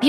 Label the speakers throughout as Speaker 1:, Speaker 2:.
Speaker 1: 美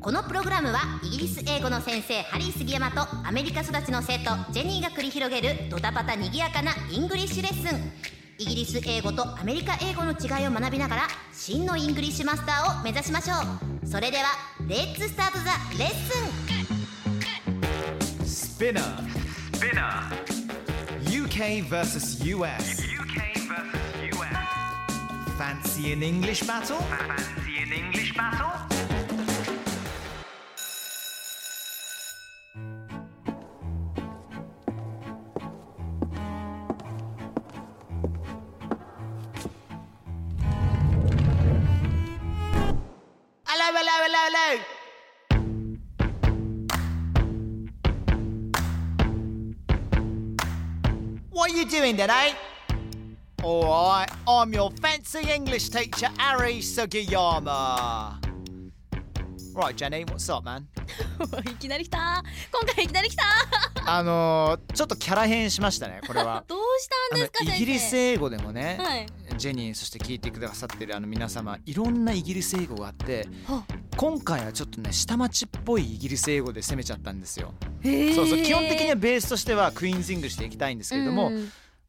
Speaker 2: このプログラムはイギリス英語の先生ハリー杉山とアメリカ育ちの生徒ジェニーが繰り広げるドタパタにぎやかなイングリッシュレッスンイギリス英語とアメリカ英語の違いを学びながら真のイングリッシュマスターを目指しましょうそれではレッツスタートザレッスン
Speaker 3: Spinner. Spinner. UK versus US.
Speaker 4: UK versus US.
Speaker 3: Fancy an English battle?
Speaker 4: Fancy an English battle?
Speaker 5: Hello, hello, hello, hello. What are you doing today? All right, I'm your fancy English teacher, Ari Sugiyama. Right, Jenny, what's up, man?
Speaker 6: いきなり来た今回いきなり来た
Speaker 5: あのー、ちょっとキャラ変しましたね、これは
Speaker 6: 。どうし
Speaker 5: あ
Speaker 6: たん
Speaker 5: の
Speaker 6: ですか
Speaker 5: イギリス英語でもね、
Speaker 6: はい
Speaker 5: ジェニーそして聞いてくださってるあの皆様いろんなイギリス英語があって
Speaker 6: は
Speaker 5: 今回はちょっとね下町っぽいイギリス英語で攻めちゃったんですよ。
Speaker 6: 先生
Speaker 5: そうそう基本的に
Speaker 6: で
Speaker 5: はベースとしてはクイーンズ・イングリッシュでいきたいんですけれども、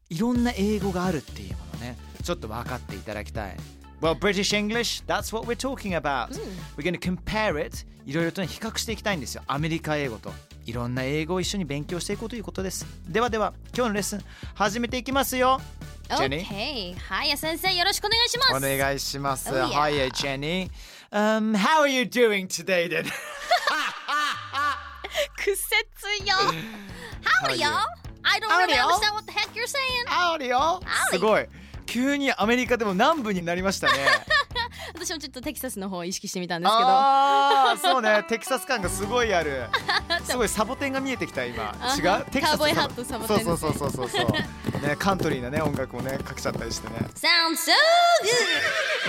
Speaker 5: いろんな英語があるっていうものねちょっと分かっていただきたい。Well, British English, that's what we're talking about. We're going to compare it. いろいろとね比較していきたいんですよ。アメリカ英語と。いろんな英語を一緒に勉強していこうということです。ではでは、今日のレッスン始めていきますよ。ジェニー。
Speaker 6: OK はい先生よろしくお願いします
Speaker 5: お願いします。
Speaker 6: Oh, yeah.
Speaker 5: Hi, Jenny. Um, how are you doing today then?
Speaker 6: 屈折よ How
Speaker 5: How are
Speaker 6: are you?
Speaker 5: you?
Speaker 6: I don't
Speaker 5: How are
Speaker 6: really
Speaker 5: you?
Speaker 6: understand what the heck you're saying
Speaker 5: あるよ。すごい。急にアメリカでも南部になりましたね。
Speaker 6: 私もちょっとテキサスの方を意識してみたんですけど
Speaker 5: ああ、そうね。テキサス感がすごいあ る。すごいサボテンが見えてきた今。
Speaker 6: あ
Speaker 5: 違う？テキサスと
Speaker 6: カウボーイハットサボテンです
Speaker 5: そ
Speaker 6: ね
Speaker 5: うそうそうそうそうそう。ね、カントリーなね音楽もねかけちゃったりしてね。
Speaker 6: Sounds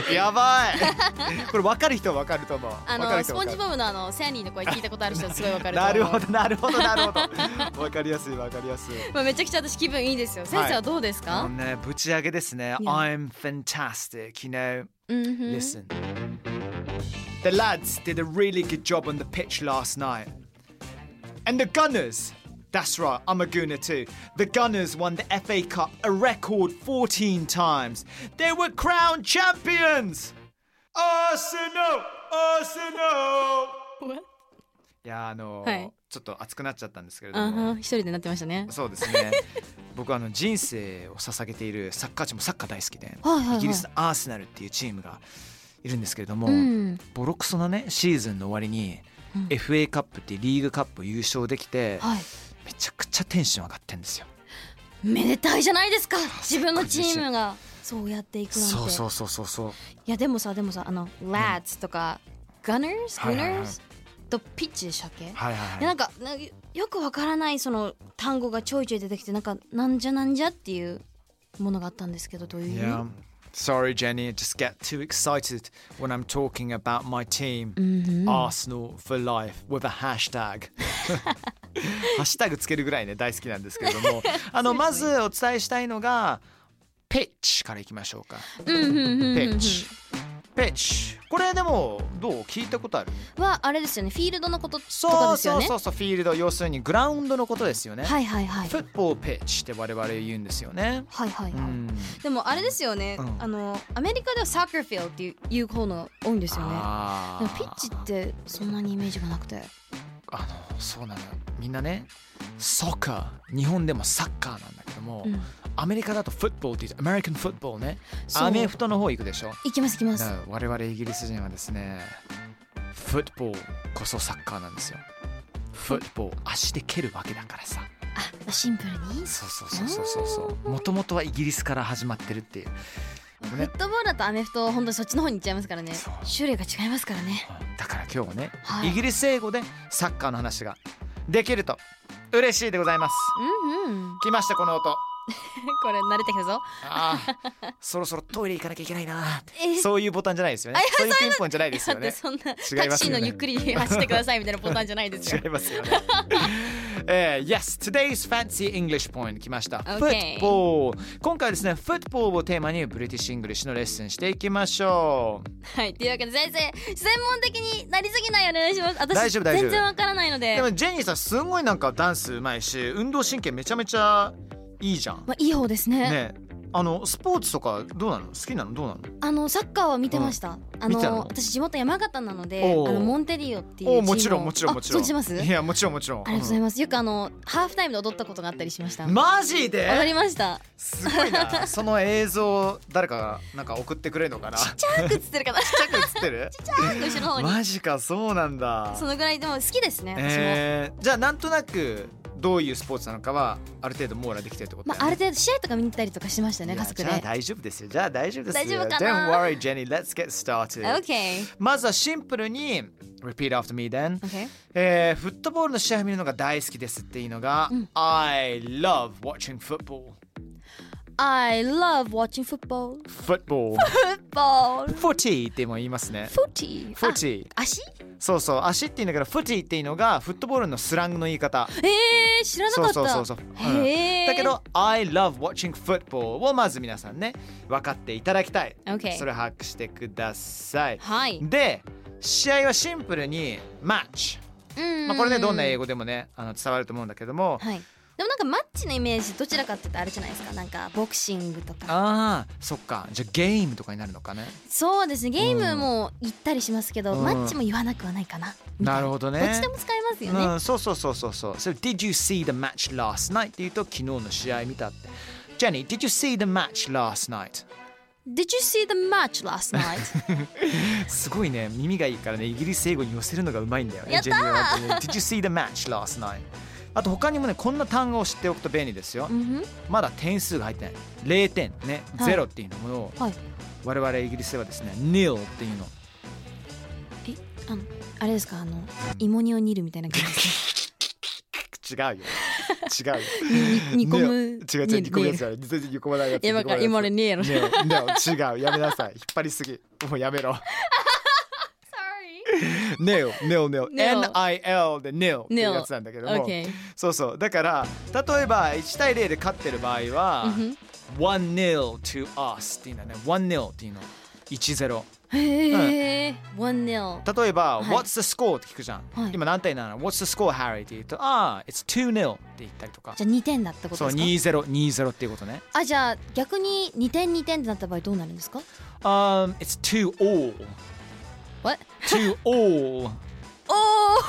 Speaker 6: so good
Speaker 5: やば い。これ分かる人は分かると思う。
Speaker 6: あ
Speaker 5: 分か
Speaker 6: の
Speaker 5: る人
Speaker 6: ス
Speaker 5: は分
Speaker 6: ポ
Speaker 5: か
Speaker 6: ンジ
Speaker 5: る
Speaker 6: ボブのあのセアニーの声聞いたことある人はすごいわかると
Speaker 5: な
Speaker 6: 思う
Speaker 5: るほどなるほどなるほど。分かりやすい分かりやすい。
Speaker 6: まあめちゃくちゃ私気分いいですよ先生はどうです
Speaker 5: もう
Speaker 6: か
Speaker 5: ね、ぶち上げですね。
Speaker 6: Yeah.
Speaker 5: I'm fantastic, you know.
Speaker 6: うんふん
Speaker 5: Listen. The lads did a really good job on the pitch last night. And the Gunners, that's right, I'm a Gunner too. The Gunners won the FA Cup a record 14 times. They were crowned champions! Arsenal! Arsenal! いや、あの、
Speaker 6: はい
Speaker 5: ちょっと熱くなっちゃったんですけれど
Speaker 6: あ
Speaker 5: も。
Speaker 6: は一人でなってましたね
Speaker 5: そうですね 僕はあの人生を捧げているサッカーチームサッカー大好きで、
Speaker 6: はいはいはい
Speaker 5: イギリスのアーセナルっていうチームがいるんですけれども、
Speaker 6: うん
Speaker 5: ボロクソなねシーズンの終わりに、FA カップっていうリーグカップ優勝できて、
Speaker 6: はい
Speaker 5: めちゃくちゃテンション上がってんですよ。
Speaker 6: めでたいじゃないですか自分のチームがそうやっていくなんて
Speaker 5: そうそうそうそうそう。
Speaker 6: いやでもさでもさあの「lads」とか「gunners」「
Speaker 5: はいはいはい
Speaker 6: gunners」と「ピッチ」でしたっけ、
Speaker 5: はい
Speaker 6: い
Speaker 5: はい
Speaker 6: や
Speaker 5: は。
Speaker 6: ないんかなんかよくわからないその単語がちょいちょい出てきてなんかなんじゃなんじゃっていうものがあったんですけどどういう意味
Speaker 5: Yeah. Sorry, Jenny. I just get too excited when I'm talking about my team, Arsenal for life, with a hashtag. ハッシュタグつけるぐらいね大好きなんですけれど もあのまずお伝えしたいのがピッチからいきましょうかピッチピッチこれでもどう聞いたことある
Speaker 6: はあれですよねフィールドのこととか
Speaker 5: そ
Speaker 6: で
Speaker 5: う
Speaker 6: すよ
Speaker 5: そう
Speaker 6: ね
Speaker 5: そうそうフィールド要するにグラウンドのことですよね、
Speaker 6: はいはいはい
Speaker 5: フットボールピッチって我々言うんですよね
Speaker 6: はいはいはい、
Speaker 5: うん
Speaker 6: でもあれですよね、
Speaker 5: うん
Speaker 6: あのアメリカではサッカーフィールドっていういう方の多いんですよね
Speaker 5: あ
Speaker 6: で
Speaker 5: ー
Speaker 6: もピッチってそんなにイメージがなくて
Speaker 5: あのそうなのよみんなねサッカー日本でもサッカーなんだけども、
Speaker 6: うん
Speaker 5: アメリカだとフットボールって言うとアメリカンフットボールね
Speaker 6: そう
Speaker 5: アメフトの方行くでしょ
Speaker 6: いきますいきま
Speaker 5: だ
Speaker 6: す
Speaker 5: から我々イギリス人はですねフットボールこそサッカーなんですよフットボール足で蹴るわけだからさ
Speaker 6: あシンプルに
Speaker 5: そうそうそうそうそうそうもともとはイギリスから始まってるっていうも
Speaker 6: フ
Speaker 5: ね
Speaker 6: ットボールだとアメフト本当にそっちの方に行っちゃいますからね
Speaker 5: そう
Speaker 6: 種類が違いますからね
Speaker 5: だから今日はね、
Speaker 6: はい
Speaker 5: イギリス英語でサッカーの話ができると嬉しいでございます
Speaker 6: うんうん
Speaker 5: 来ましたこの音
Speaker 6: これ慣れてきたぞ
Speaker 5: あーそろそろトイレ行かなきゃいけないなって
Speaker 6: え
Speaker 5: そういうボタンじゃないですよねそういうピンポンじゃないです
Speaker 6: だ
Speaker 5: よ
Speaker 6: って
Speaker 5: ね
Speaker 6: そんな、タクシ
Speaker 5: 違います
Speaker 6: ー
Speaker 5: よね
Speaker 6: のゆっくり走ってくださ いみたいなボタンじゃないですよ
Speaker 5: 違いますよ ねえー Yes, today's fancy English point 来ました。
Speaker 6: Okay.
Speaker 5: Football 今回はですね、Football をテーマにブリティッシュ・イングリッシュのレッスンしていきましょう。
Speaker 6: はいというわけで先生専門的になりすぎないようにお願いします私
Speaker 5: 大丈夫大丈夫
Speaker 6: 全然わからないので
Speaker 5: でもジェニーさんすごいなんかダンスうまいし運動神経めちゃめちゃいいじゃん。
Speaker 6: まあいい方ですね
Speaker 5: ねあのスポーツとかどうなの好きなのどうなの
Speaker 6: あのサッカーは見てました、あ
Speaker 5: 見てたの
Speaker 6: の私地元山形なので
Speaker 5: おう
Speaker 6: あのモンテリオっていうチーム
Speaker 5: お
Speaker 6: を
Speaker 5: おもちろんもちろんもちろん。
Speaker 6: あ存じますあ
Speaker 5: い
Speaker 6: りが
Speaker 5: やもちろんもちろん。
Speaker 6: とうございますよくあのハーフタイムで踊ったことがあったりしました、
Speaker 5: うんマジ
Speaker 6: 踊
Speaker 5: で
Speaker 6: りました
Speaker 5: すごいな。その映像誰かがなんか送ってくれるのかな。ちっち
Speaker 6: チャークっつってるかな
Speaker 5: ゃく映ってる？
Speaker 6: 後ろの方に
Speaker 5: マジかそうなんだ。
Speaker 6: そのぐらいでも好きですね私も、
Speaker 5: えー、じゃあなんとなくどういうスポーツなのかはある程度網羅できてるってこと
Speaker 6: ま
Speaker 5: だよ
Speaker 6: あ、
Speaker 5: ね
Speaker 6: ある程度試合とか見に行ったりとかしましたね
Speaker 5: い
Speaker 6: 家
Speaker 5: や
Speaker 6: 族で
Speaker 5: じゃあ大丈夫ですよじゃあ大丈夫ですよ
Speaker 6: 大丈夫かな
Speaker 5: Don't worry Jenny let's get started、
Speaker 6: OK
Speaker 5: まずはシンプルに Repeat after me then、
Speaker 6: OK
Speaker 5: えー、フットボールの試合見るのが大好きですっていうのが、I love watching football
Speaker 6: I love watching football
Speaker 5: football
Speaker 6: football
Speaker 5: フォティっても言いますね
Speaker 6: footy
Speaker 5: フォティ
Speaker 6: あ足
Speaker 5: そうそう足っていうのからフォティっていうのがフットボールのスラングの言い方
Speaker 6: えー、知らなかった
Speaker 5: そうそうそうそううん
Speaker 6: へー
Speaker 5: だけど I love watching football をまず皆さんね分かっていただきたい、
Speaker 6: OK
Speaker 5: それを把握してください
Speaker 6: はい
Speaker 5: で試合はシンプルにマッチ、まあ、これねどんな英
Speaker 6: 語
Speaker 5: 語でもねあの伝わると思うんだけども、
Speaker 6: はいでもなんかマッチのイメージどちらかって言ったらあれじゃないですかなんかボクシングとか
Speaker 5: ああそっかじゃあゲームとかになるのかね
Speaker 6: そうですねゲームも言ったりしますけど、
Speaker 5: うん
Speaker 6: マッチも言わなくはないかなみたい
Speaker 5: なるほどね
Speaker 6: どっちでも使えますよね、
Speaker 5: うん、そうそうそうそうそう。So did you see the match last night? って言うと昨日の試合見たって。Jenny, did you see the match last night?
Speaker 6: Did you see the match last night?
Speaker 5: すごいね耳がいいからねイギリス英語に寄せるのがうまいんだよね
Speaker 6: やったー
Speaker 5: ジェニーは本当に Did you see the match last night? あと他にもねこんな単語を知っておくと便利ですよ、
Speaker 6: うん
Speaker 5: まだ点数が入ってない0点ね、
Speaker 6: はい
Speaker 5: 0っていうのを、
Speaker 6: はい
Speaker 5: 我々イギリスではですね nil っていうの
Speaker 6: えあのあれですかあの芋煮を煮るみたいな感 じ
Speaker 5: 違うよ違うよ
Speaker 6: 煮込む
Speaker 5: 違う違う
Speaker 6: 煮
Speaker 5: 煮
Speaker 6: る
Speaker 5: 込むやつじゃない全然煮込まないやつ
Speaker 6: 今から今俺煮えろ
Speaker 5: ね違うやめなさい引っ張りすぎもうやめろ nil nil nil
Speaker 6: Nil
Speaker 5: nil で nil っていうやつなんだけども
Speaker 6: OK
Speaker 5: そうそうだから例えば1対0で勝ってる場合は
Speaker 6: うん
Speaker 5: 1-0 to us っていうのはね1-0っていうの1-0
Speaker 6: へえ1-0
Speaker 5: 例えば、
Speaker 6: はい
Speaker 5: What's the score? って聞くじゃん、
Speaker 6: はい
Speaker 5: 今何対なの What's the score Harry? って言うとああ It's 2-0って言ったりとか
Speaker 6: じゃあ2点だってこと
Speaker 5: そう
Speaker 6: ですか
Speaker 5: 2-0 2-0っていうことね
Speaker 6: あじゃあ逆に2点2点ってなった場合どうなるんですか
Speaker 5: um, It's 2 all
Speaker 6: What?
Speaker 5: Two all
Speaker 6: おお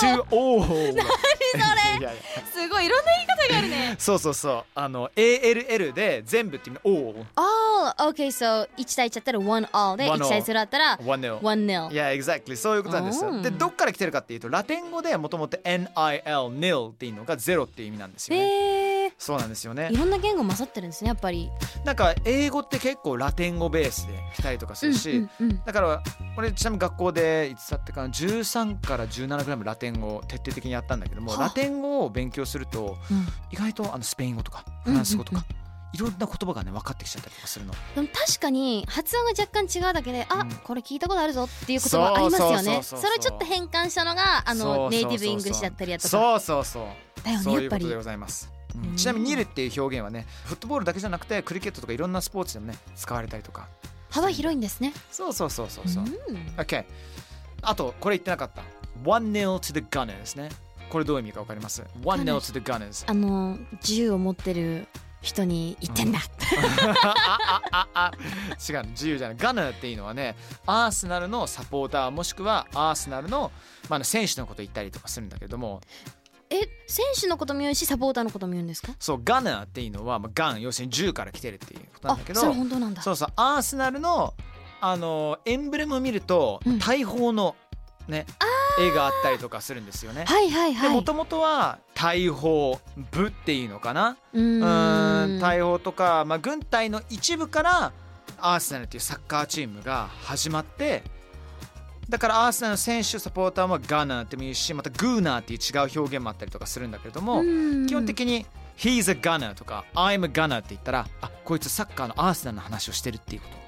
Speaker 5: Two all
Speaker 6: そ
Speaker 5: いやいや
Speaker 6: すごいいろんな言い方があるね
Speaker 5: そうそうそうあの ALL で全部って意味の all
Speaker 6: All OK so 1対1だったら1 all で
Speaker 5: One
Speaker 6: 1対0だったら
Speaker 5: 1-0
Speaker 6: 1-0
Speaker 5: いや、exactly そういうことなんです
Speaker 6: うん
Speaker 5: よ。で、どっから来てるかっていうと、ラテン語でもともと nil ニルっていうのがゼロっていう意味なんですよね。
Speaker 6: へえ
Speaker 5: そうなんですよね
Speaker 6: い。ろんな言語混ざってるんですねやっぱり
Speaker 5: なんか英語って結構ラテン語ベースで来たりとかするし、
Speaker 6: うんうん
Speaker 5: だから俺ちなみに学校でいつだったかな13から17ぐらいもラテン語を徹底的にやったんだけども
Speaker 6: はあ
Speaker 5: ラテン語を勉強すると
Speaker 6: うん
Speaker 5: 意外とあのスペイン語とかフランス語とか、
Speaker 6: う
Speaker 5: いろんな言葉がね分かってきちゃったりとかするの。
Speaker 6: でも確かに発音が若干違うだけであ、
Speaker 5: うん
Speaker 6: これ聞いたことあるぞっていう言葉ありますよね
Speaker 5: そ
Speaker 6: そ
Speaker 5: そうそうそ
Speaker 6: う
Speaker 5: うそう
Speaker 6: れをちょっと変換したのがあ
Speaker 5: そ
Speaker 6: の
Speaker 5: うそうそうそう
Speaker 6: ネイティブイングリッシュだったりやとか
Speaker 5: そうそうそう。
Speaker 6: だよね
Speaker 5: そうい
Speaker 6: や
Speaker 5: う
Speaker 6: っ
Speaker 5: こ
Speaker 6: ぱ
Speaker 5: と
Speaker 6: り
Speaker 5: でございます。
Speaker 6: う
Speaker 5: うん
Speaker 6: ん
Speaker 5: ちなみに「ニル」っていう表現はねフットボールだけじゃなくてクリケットとかいろんなスポーツでもね使われたりとか
Speaker 6: 幅広いんですね
Speaker 5: そうそうそうそうそう、
Speaker 6: うん
Speaker 5: OK あとこれ言ってなかった「1-0 to the Gunners」ねこれどういう意味かわかります ?1-0 to the Gunners
Speaker 6: あの銃を持ってる人に言ってんだ、
Speaker 5: ああああ違うの自由じゃないガナーっていうのはねアーセナルのサポーターもしくはアーセナルの,、まあ、あの選手のこと言ったりとかするんだけども
Speaker 6: え選手のことも言うしサポーターのことも言うんですか
Speaker 5: そうガナーっていうのは、まあ、ガン要するに銃から来てるっていうことなん
Speaker 6: あ
Speaker 5: だけど
Speaker 6: それ本当なんだ
Speaker 5: そうそうアーセナルのあのエンブレムを見ると、
Speaker 6: うん
Speaker 5: 大砲のね絵があったりとかするんですよね。
Speaker 6: はいはいはい
Speaker 5: でもともとは大砲部っていうのかな
Speaker 6: う
Speaker 5: う
Speaker 6: ー
Speaker 5: ー
Speaker 6: ん
Speaker 5: ん大砲とか、まあ、軍隊の一部からアーセナルっていうサッカーチームが始まってだからアーセナルの選手サポーターもガーナーっても言うしまたグーナーっていう違う表現もあったりとかするんだけれども、
Speaker 6: うん
Speaker 5: 基本的に「He's a gunner」とか「I'm a gunner」って言ったらあこいつサッカーのアーセナルの話をしてるっていうこと。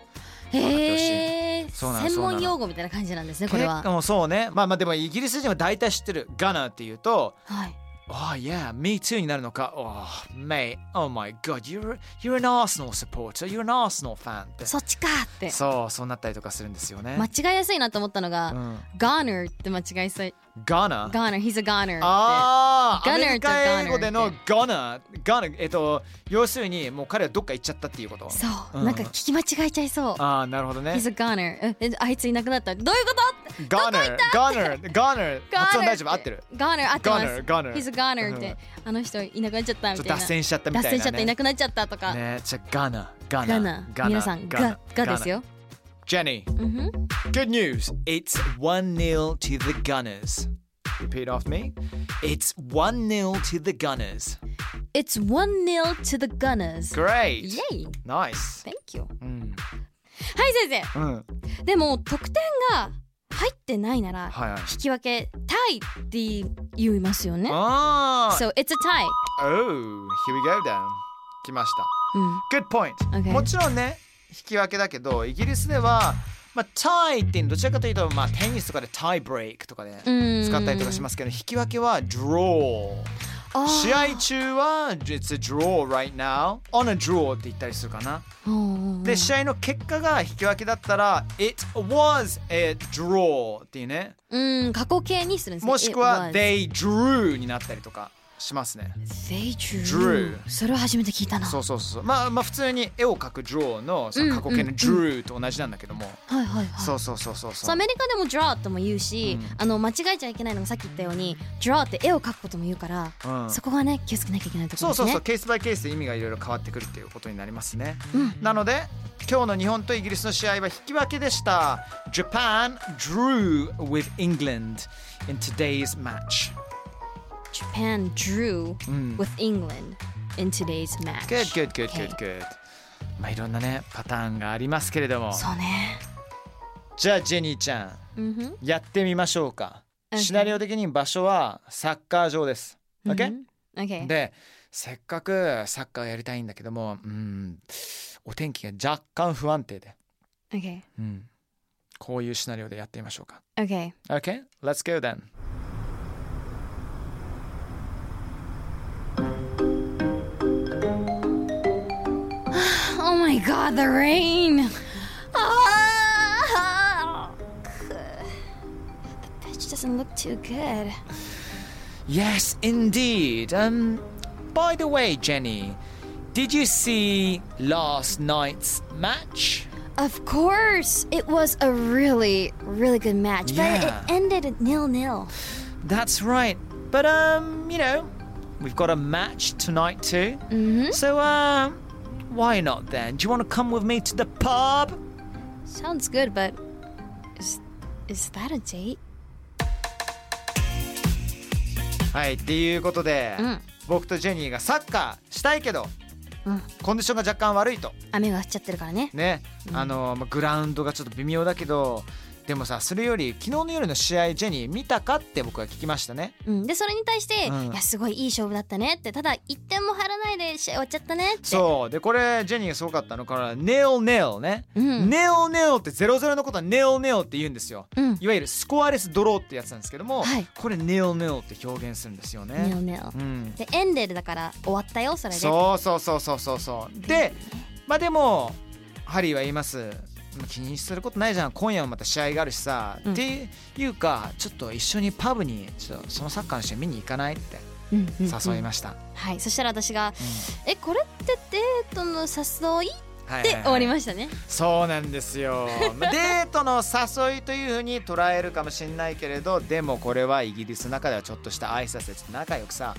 Speaker 6: へえ
Speaker 5: そうなの
Speaker 6: 専門用語みたいな感じなんですねこれは
Speaker 5: 結構もうそうねまあまあでもイギリス人は大体知ってる「gunner」っていうと
Speaker 6: はい
Speaker 5: Oh yeah, me too になるのか Oh mate, oh my god, you're, you're an Arsenal supporter, you're an Arsenal fan って
Speaker 6: そっちかって
Speaker 5: そうそうなったりとかするんですよね
Speaker 6: 間違いやすいなと思ったのが、
Speaker 5: うん
Speaker 6: ガーナーって間違いそう
Speaker 5: Gunner
Speaker 6: ガーナー he's a goner って
Speaker 5: ああ、
Speaker 6: Gunner
Speaker 5: アメリ
Speaker 6: と
Speaker 5: カ
Speaker 6: Gunner
Speaker 5: 英語での Gunner、Gunner、えっと、要するにもう彼はどっか行っちゃったっていうこと。
Speaker 6: そう、
Speaker 5: うん
Speaker 6: なんか聞き間違えちゃいそう
Speaker 5: ああ、なるほどね
Speaker 6: he's。a goner ええあいついなくなったどういうこと
Speaker 5: Gunner、Gunner、Gunner、発音 大丈夫合ってる。
Speaker 6: Goner 合ってます
Speaker 5: Goner Goner
Speaker 6: he's a goner ってあの人いなくなっちゃった
Speaker 5: ちょったと
Speaker 6: みいな
Speaker 5: 脱線しちゃったみ
Speaker 6: 脱
Speaker 5: たい
Speaker 6: 線
Speaker 5: な
Speaker 6: しちゃったい
Speaker 5: ね。
Speaker 6: なくなっちゃったとか、
Speaker 5: ね、じゃあ Gunner、Gunner、
Speaker 6: ガナ
Speaker 5: Gunner
Speaker 6: 皆さんガガです
Speaker 5: Gunner
Speaker 6: よ、。
Speaker 5: Jenny。
Speaker 6: うんふん
Speaker 5: Good news. It's 1 0 to the Gunners. Repeat after me. It's 1 0 to the Gunners.
Speaker 6: It's 1 0 to the Gunners
Speaker 5: Great.
Speaker 6: イエイ
Speaker 5: Nice. Mm.
Speaker 6: Thank you は
Speaker 5: うん。
Speaker 6: い
Speaker 5: う
Speaker 6: 先
Speaker 5: ん。
Speaker 6: 生でも得点が入ってないなら
Speaker 5: はいはい。
Speaker 6: 引き分けタイって言いますよね
Speaker 5: ああ。
Speaker 6: So it's a tie
Speaker 5: Ah. Oh, here we go then. 来ました。
Speaker 6: うん
Speaker 5: Good point.
Speaker 6: Okay.
Speaker 5: もちろんね、引き分けだけど、イギリスでは、まあ、タイってどちらかというと、まあ、テニスとかでタイブレイクとかで
Speaker 6: うん
Speaker 5: 使ったりとかしますけど、引き分けは draw。
Speaker 6: あー
Speaker 5: 試合中は It's a draw right now on a draw って言ったりするかな。
Speaker 6: うん
Speaker 5: で、試合の結果が引き分けだったら It was a draw っていうね。
Speaker 6: うん過去形にするんですね
Speaker 5: もしくは
Speaker 6: It was
Speaker 5: They drew になったりとかしますね。
Speaker 6: They drew,
Speaker 5: drew
Speaker 6: それは初めて聞いたな
Speaker 5: そうそうそうそう。まあまあ普通に絵を描く draw のそ
Speaker 6: うん
Speaker 5: の過去形
Speaker 6: うんう
Speaker 5: の
Speaker 6: ん
Speaker 5: drew と同じなんだけども。
Speaker 6: はいはいはい
Speaker 5: そうそうそうそう
Speaker 6: そう
Speaker 5: そ
Speaker 6: ア
Speaker 5: う。
Speaker 6: メリカでも draw とも言うし、
Speaker 5: うん
Speaker 6: あの間違えちゃいけないのがさっき言ったように draw って絵を描くことも言うから、
Speaker 5: うん
Speaker 6: そこがね気をつけなきゃいけないとこ
Speaker 5: そう
Speaker 6: ろです
Speaker 5: そう
Speaker 6: ね
Speaker 5: そう。ケースバイケースで意味がいろいろ変わってくるっていうことになりますね。なので今日の日本とイギリスの試合は引き分けでした。Japan drew with England in today's match.
Speaker 6: Japan drew
Speaker 5: うん
Speaker 6: with England in today's match
Speaker 5: Good, good, good,
Speaker 6: Okay.
Speaker 5: good, good. まあいろんなねパターンがありますけれども。
Speaker 6: そうね
Speaker 5: じゃあジェニーちゃん
Speaker 6: うんふん
Speaker 5: やってみましょうか。
Speaker 6: Okay.
Speaker 5: シナリオ的に場所はサッカー場です。
Speaker 6: う
Speaker 5: OK?
Speaker 6: んふん OK
Speaker 5: でせっかくサッカーをやりたいんだけども、うん、お天気が若干不安定で、
Speaker 6: OK
Speaker 5: うん、こういうシナリオでやってみましょうか。
Speaker 6: OK
Speaker 5: Okay, let's go then.
Speaker 6: Oh my god the rain Ah! The pitch doesn't look too good
Speaker 5: Yes, indeed. Um, by the way, Jenny, did you see last night's match?
Speaker 6: Of course, it was a really, really good match, but
Speaker 5: Yeah.
Speaker 6: it ended at nil nil.
Speaker 5: That's right. But um, you know, we've got a match tonight too. Mm-hmm. So um, why not then? Do you want to come with me to the pub?
Speaker 6: Sounds good, but is is that a date?
Speaker 5: はい、っていうことで、
Speaker 6: ん
Speaker 5: 僕とジェニーがサッカーしたいけど、
Speaker 6: うん
Speaker 5: コンディションが若干悪いと
Speaker 6: 雨が降っちゃってるからね。
Speaker 5: ね、あのまあグラウンドがちょっと微妙だけどでもさそれより昨日の夜の試合ジェニー見たかって僕は聞きましたね
Speaker 6: うん、でそれに対して、
Speaker 5: うん
Speaker 6: いやすごいいい勝負だったねって、ただ一点も入らないで試合終わっちゃったねって。
Speaker 5: そうでこれジェニーがすごかったのからネオネオね、
Speaker 6: うん
Speaker 5: ネオネオって0-0のことはネオネオって言うんですよ、
Speaker 6: うん
Speaker 5: いわゆるスコアレスドローってやつなんですけども、
Speaker 6: はい
Speaker 5: これネオネオって表現するんですよね
Speaker 6: ねおねお
Speaker 5: うん
Speaker 6: でエンデルだから終わったよそれで。
Speaker 5: そうそうそうそうそうそうでまあでもハリーは言います気にすることないじゃん今夜もまた試合があるしさ、
Speaker 6: うん
Speaker 5: っていうかちょっと一緒にパブにちょっとそのサッカーの試合見に行かないって
Speaker 6: うんうんうん
Speaker 5: 誘いました、
Speaker 6: はい、そしたら私が、えこれってデートの誘い
Speaker 5: はい
Speaker 6: って終わり
Speaker 5: す
Speaker 6: ましたね。
Speaker 5: そうなんです よまあデートの誘いというふうに捉えるかもしれないけれどでもこれはイギリスの中ではちょっとした挨拶でちょっと仲良くさ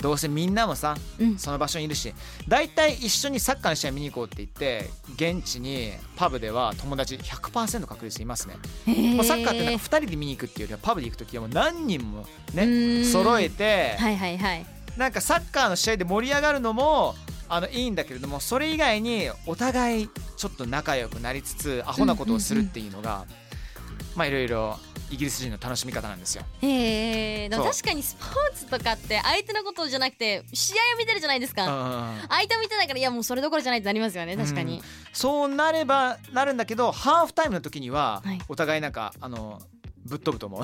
Speaker 5: どうせみんなもさ
Speaker 6: うん
Speaker 5: その場所にいるし大体一緒にサッカーの試合見に行こうって言って現地にパブでは友達100%の確率いますね、もうサッカーってなんか2人で見に行くっていうよりはパブで行く時はもう何人も
Speaker 6: うー
Speaker 5: ね
Speaker 6: ん
Speaker 5: 揃えて
Speaker 6: はいはいはい。
Speaker 5: なんかサッカーの試合で盛り上がるのもあのいいんだけれどもそれ以外にお互いちょっと仲良くなりつつアホなことをするっていうのが、まあいろいろイギリス人の楽しみ方なんですよ。
Speaker 6: えー、でも
Speaker 5: そう
Speaker 6: 確かにスポーツとかって相手のことじゃなくて試合を見てるじゃないです
Speaker 5: うんう
Speaker 6: か、
Speaker 5: んうん
Speaker 6: 相手を見てないからいやもうそれどころじゃないってなりますよね確かに、
Speaker 5: そうなればなるんだけどハーフタイムの時には、
Speaker 6: はい
Speaker 5: お互いなんかあのぶっ飛ぶと思う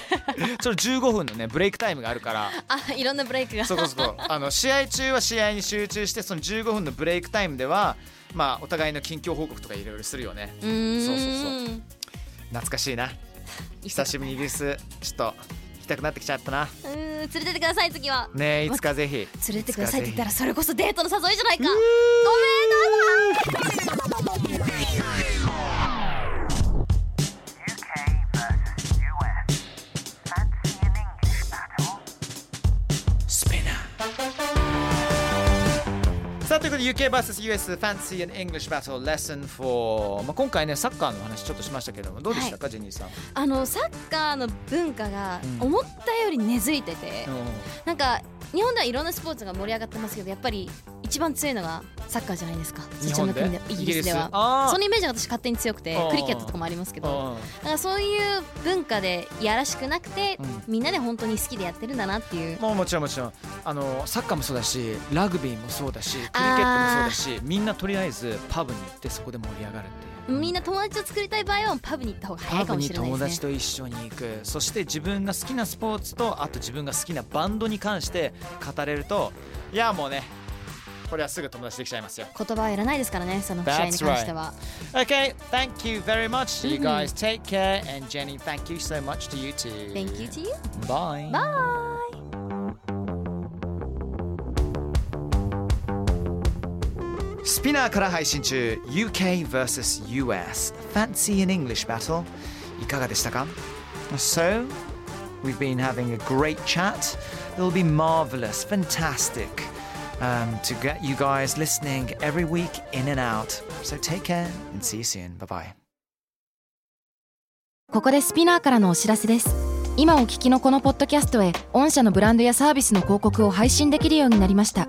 Speaker 5: それ15分のねブレイクタイムがある から
Speaker 6: あいろんなブレイクが
Speaker 5: そこそこあの試合中は試合に集中してその15分のブレイクタイムではまあお互いの近況報告とかいろいろするよね
Speaker 6: うーん
Speaker 5: そうそう懐かしいな久しぶりにイギリスちょっと行きたくなってきちゃったな
Speaker 6: うーん連れてってください次は
Speaker 5: ねえいつかぜひ
Speaker 6: 連れてくださいって言った
Speaker 5: ら
Speaker 6: らそれこそデートの誘いじゃないかごめんなさい
Speaker 4: UK versus US. Fancy an English battle?
Speaker 5: スペナーさあということで UKVSUS Fancy and English Battle Lesson 4、まあ、今回ねサッカーの話ちょっとしましたけどもどうでしたか、ジェニーさん、
Speaker 6: あのサッカーの文化が
Speaker 5: うん
Speaker 6: 思ったより根付いてて、
Speaker 5: う
Speaker 6: なんか日本ではいろんなスポーツが盛り上がってますけどやっぱり一番強いのがサッカーじゃないですか
Speaker 5: ん、
Speaker 6: そちらの国でイギリスでは
Speaker 5: あー
Speaker 6: そのイメージが私勝手に強くて
Speaker 5: あー
Speaker 6: クリケットとかもありますけど
Speaker 5: あ
Speaker 6: だからそういう文化でいやらしくなくて、
Speaker 5: うん
Speaker 6: みんなで本当に好きでやってるんだなっていう
Speaker 5: ーもうもちろんもちろんあのサッカーもそうだしラグビーもそうだしクリケットもそうだしみんなとりあえずパブに行ってそこで盛り上がるっていう
Speaker 6: みんな友達を作りたい場合はパブに行った方が早
Speaker 5: パ
Speaker 6: い
Speaker 5: ブ
Speaker 6: かも
Speaker 5: に
Speaker 6: しれないで
Speaker 5: 友達
Speaker 6: すね
Speaker 5: と一緒に行くそして自分が好きなスポーツとあと自分が好きなバンドに関して語れるといやもうねこれはすぐ友達できちゃいますよ
Speaker 6: 言葉はいらないですからねその試合に関しては、
Speaker 5: Okay, thank you very much.
Speaker 6: Mm-hmm.
Speaker 5: You guys take care. And Jenny, thank you so much to you too.
Speaker 6: Thank you to you
Speaker 5: Bye.
Speaker 6: bye
Speaker 5: s p i n n から配信中 UK vs.US Fancy an English Battle いかがでしたか So, we've been having a great chat. It'll be marvelous, fantastic um, to get you guys listening every week in and out. So take care and see you soon. Bye bye.
Speaker 7: ここでスピナーからのお知らせです今お聞きのこのポッドキャストへ御社のブランドやサービスの広告を配信できるようになりました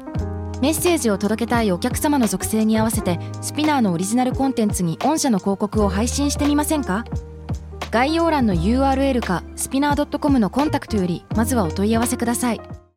Speaker 7: メッセージを届けたいお客様の属性に合わせてスピナーのオリジナルコンテンツに御社の広告を配信してみませんか概要欄の URL かスピナー .com のコンタクトよりまずはお問い合わせください